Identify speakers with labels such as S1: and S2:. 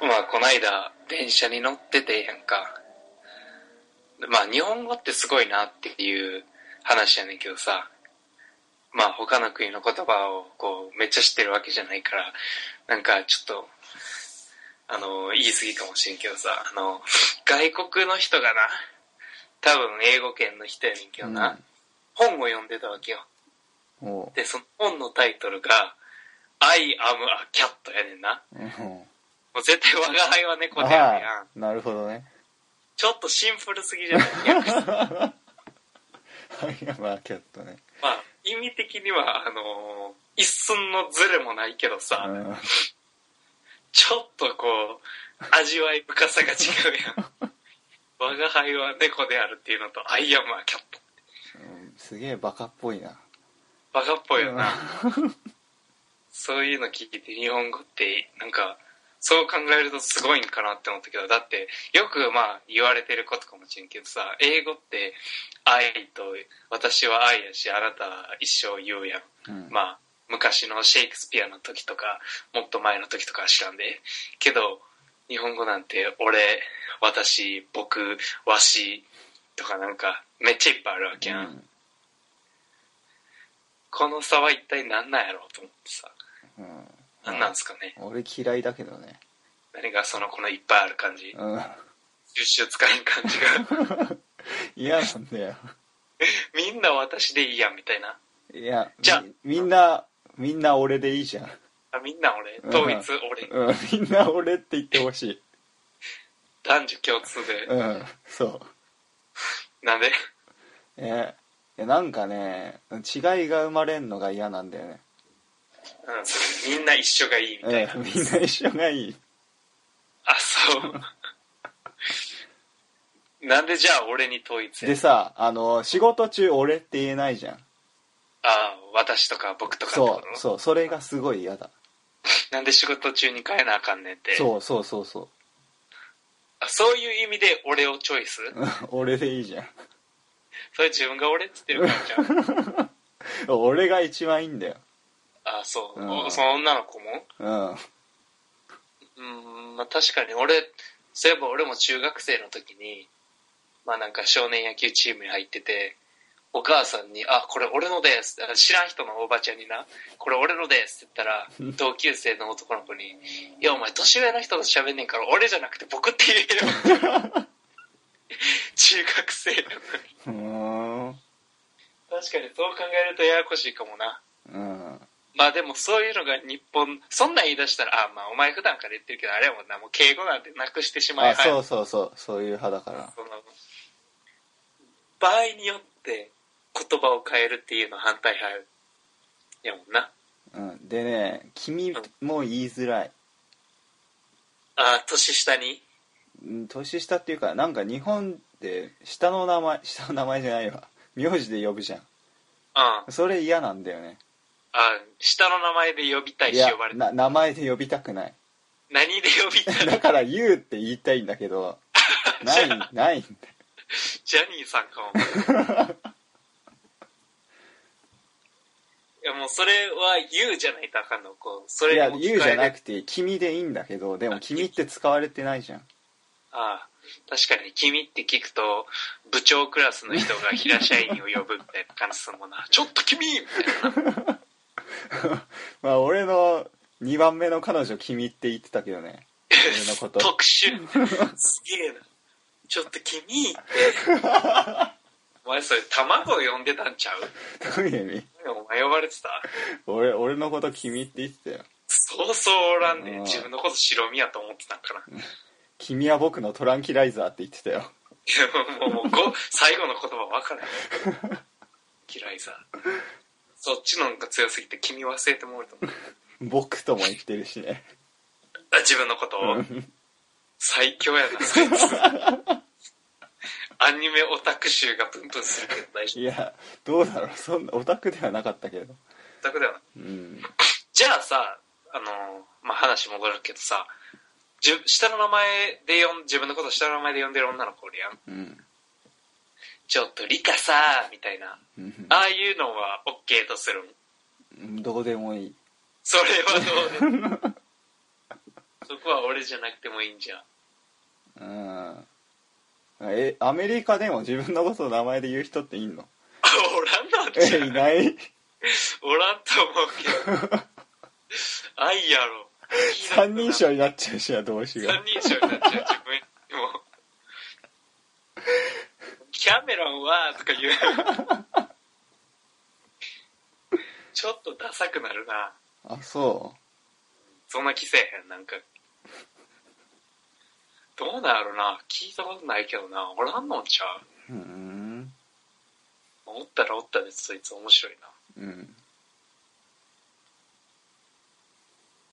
S1: まあ、こないだ電車に乗っててやんか。まあ、日本語ってすごいなっていう話やねんけどさ。まあ、他の国の言葉をこう、めっちゃ知ってるわけじゃないから、なんかちょっと、あの、言い過ぎかもしれんけどさ、あの、外国の人がな、多分英語圏の人やねんけどな、本を読んでたわけよ。
S2: うん、おう
S1: で、その本のタイトルが、I am a cat やねんな。
S2: うん
S1: もう絶対我が輩は猫であるや
S2: あ
S1: ん。
S2: あなるほどね
S1: ちょっとシンプルすぎじゃないいや
S2: はいまあキャットね
S1: まあ、意味的には、あのー一寸のズレもないけどさ、
S2: うん
S1: ちょっとこう、味わい深さが違うやん。 我が輩は猫であるっていうのと、アイアムはキャット。
S2: うんすげえバカっぽいな
S1: バカっぽいよな。そういうの聞いて日本語って、なんか、そう考えるとすごいんかなって思ったけど、だって、よくまあ言われてることかもしれんけどさ、英語って、愛と、私は愛やし、あなたは一生言うやん。
S2: うん
S1: まあ、昔のシェイクスピアの時とか、もっと前の時とかは知らんで。けど、日本語なんて、俺、私、僕、わし、とかなんか、めっちゃいっぱいあるわけやん。
S2: うん
S1: この差は一体何なんやろうと思ってさ。
S2: うん
S1: 何なんすかね。
S2: 俺嫌いだけどね
S1: 何がその、このいっぱいある感じ。
S2: うん
S1: シュッシュ使えん感じが。
S2: 嫌なんだよ
S1: みんな私でいいやん、みたいな。
S2: いや
S1: じゃあ
S2: みみんなみんな俺でいいじゃん
S1: あみんな俺、
S2: うん
S1: 統一俺、
S2: うんみんな俺って言ってほしい
S1: 男女共通で。
S2: うんそう
S1: なんで
S2: えいやなんかね違いが生まれんのが嫌なんだよね
S1: うん、そうみんな一緒がいいみたい
S2: え
S1: な。
S2: みんな一緒がいい
S1: あ、そう。なんでじゃあ俺に統一
S2: でさあの仕事中俺って言えないじゃん
S1: ああ、私とか僕とかって
S2: そ
S1: こと
S2: うそうそれがすごい嫌だ
S1: なんで仕事中に変えなあかんねんって。
S2: そうそうそうそ
S1: あそういう意味で俺をチョイス
S2: ううん 俺でいいじゃん
S1: それ自分が俺っつってるからじゃ ん。
S2: 俺が一番いいんだよ
S1: ああ、そう。
S2: うん
S1: おその女の子も
S2: うん
S1: うーん、まあ確かに俺、そういえば俺も中学生の時に、まあなんか少年野球チームに入ってて、お母さんに、あ、これ俺のです。あ知らん人のおばちゃんにな、これ俺のですって言ったら、同級生の男の子に、いやお前年上の人と喋んねんから俺じゃなくて僕って言えよ。 中学生なのに
S2: ふーん
S1: 確かにそう考えるとややこしいかもな。
S2: うん
S1: まあでもそういうのが日本、そんなん言い出したら、あ、まあお前普段から言ってるけど、あれやもんな、もう敬語なんてなくしてしまえ
S2: あ
S1: ば
S2: そうそうそうそういう派だから
S1: その場合によって言葉を変えるっていうのは反対派やもんな
S2: うんでね君も言いづらい
S1: あー年下に
S2: うん年下っていうかなんか日本で下の名前 下の名前じゃないわ名字で呼ぶじゃん
S1: うんあー
S2: それ嫌なんだよね
S1: 下の名前で呼びたい
S2: い
S1: し
S2: や
S1: 呼ばれた
S2: な名前で呼びたくない
S1: 何で呼びたい
S2: だから「言う」って言いたいんだけ どないないんだよ
S1: ジャニーさんかも いやもうそれは言うじゃないとあかんのこうそ
S2: い
S1: れ
S2: や
S1: に置
S2: 「
S1: き換
S2: 言う」じゃ
S1: え
S2: な
S1: れ
S2: くて「君」でいいんだけどでも「君」って使われてないじゃん
S1: ああ確かに君って聞くと部長クラスの人が平社員を呼ぶみたいな感じするも んなちょっと君みたいな
S2: まあ俺の2番目の彼女「君」って言ってたけどね俺のこと
S1: 特殊すげえなちょっと君ってお前それ卵を呼んでたんちゃう
S2: どういう意味
S1: お前呼ばれてた
S2: 俺俺のこと「君」って言ってたよ
S1: そうそうおらん
S2: う
S1: ね
S2: ん
S1: 自分のこと白身やと思ってたんかな
S2: 「君は僕のトランキライザー」って言ってたよ
S1: いやもうもうご最後の言葉分からへん嫌いさそっちの方が強すぎて君忘れてもらうと思う
S2: 僕とも言ってるしね
S1: あ自分のことを最強やなそいつアニメオタク集がプンプンするけど大丈
S2: いやどうだろうそんなオタクではなかったけど
S1: 夫オタクだよな
S2: うん
S1: じゃあさ、あのーまあ、話戻るけどさ、じゅ下の名前で呼ん、自分のこと下の名前で呼んでる女の子おるやん。
S2: うん
S1: ちょっとリカさー、みたいな。
S2: うん
S1: ああいうのはオッケーとするん
S2: うんどうでもいい
S1: それはどうでそこは俺じゃなくてもいいんじゃ ん。
S2: うんえアメリカでも自分のことを名前で言う人っていんの
S1: おらんのんじゃ
S2: え
S1: ん
S2: い。 ない
S1: おらんと思うけど。あいやろ。
S2: 三人称になっちゃうしや動詞が
S1: 三人称になっちゃう自分もうキャメロンはとか言うちょっとダサくなるな
S2: あそ
S1: そんな気せえへんなんかどうなんやろな聞いたことないけどなおらんのんちゃう
S2: ううん
S1: おったらおったでそいつ面白いな
S2: うん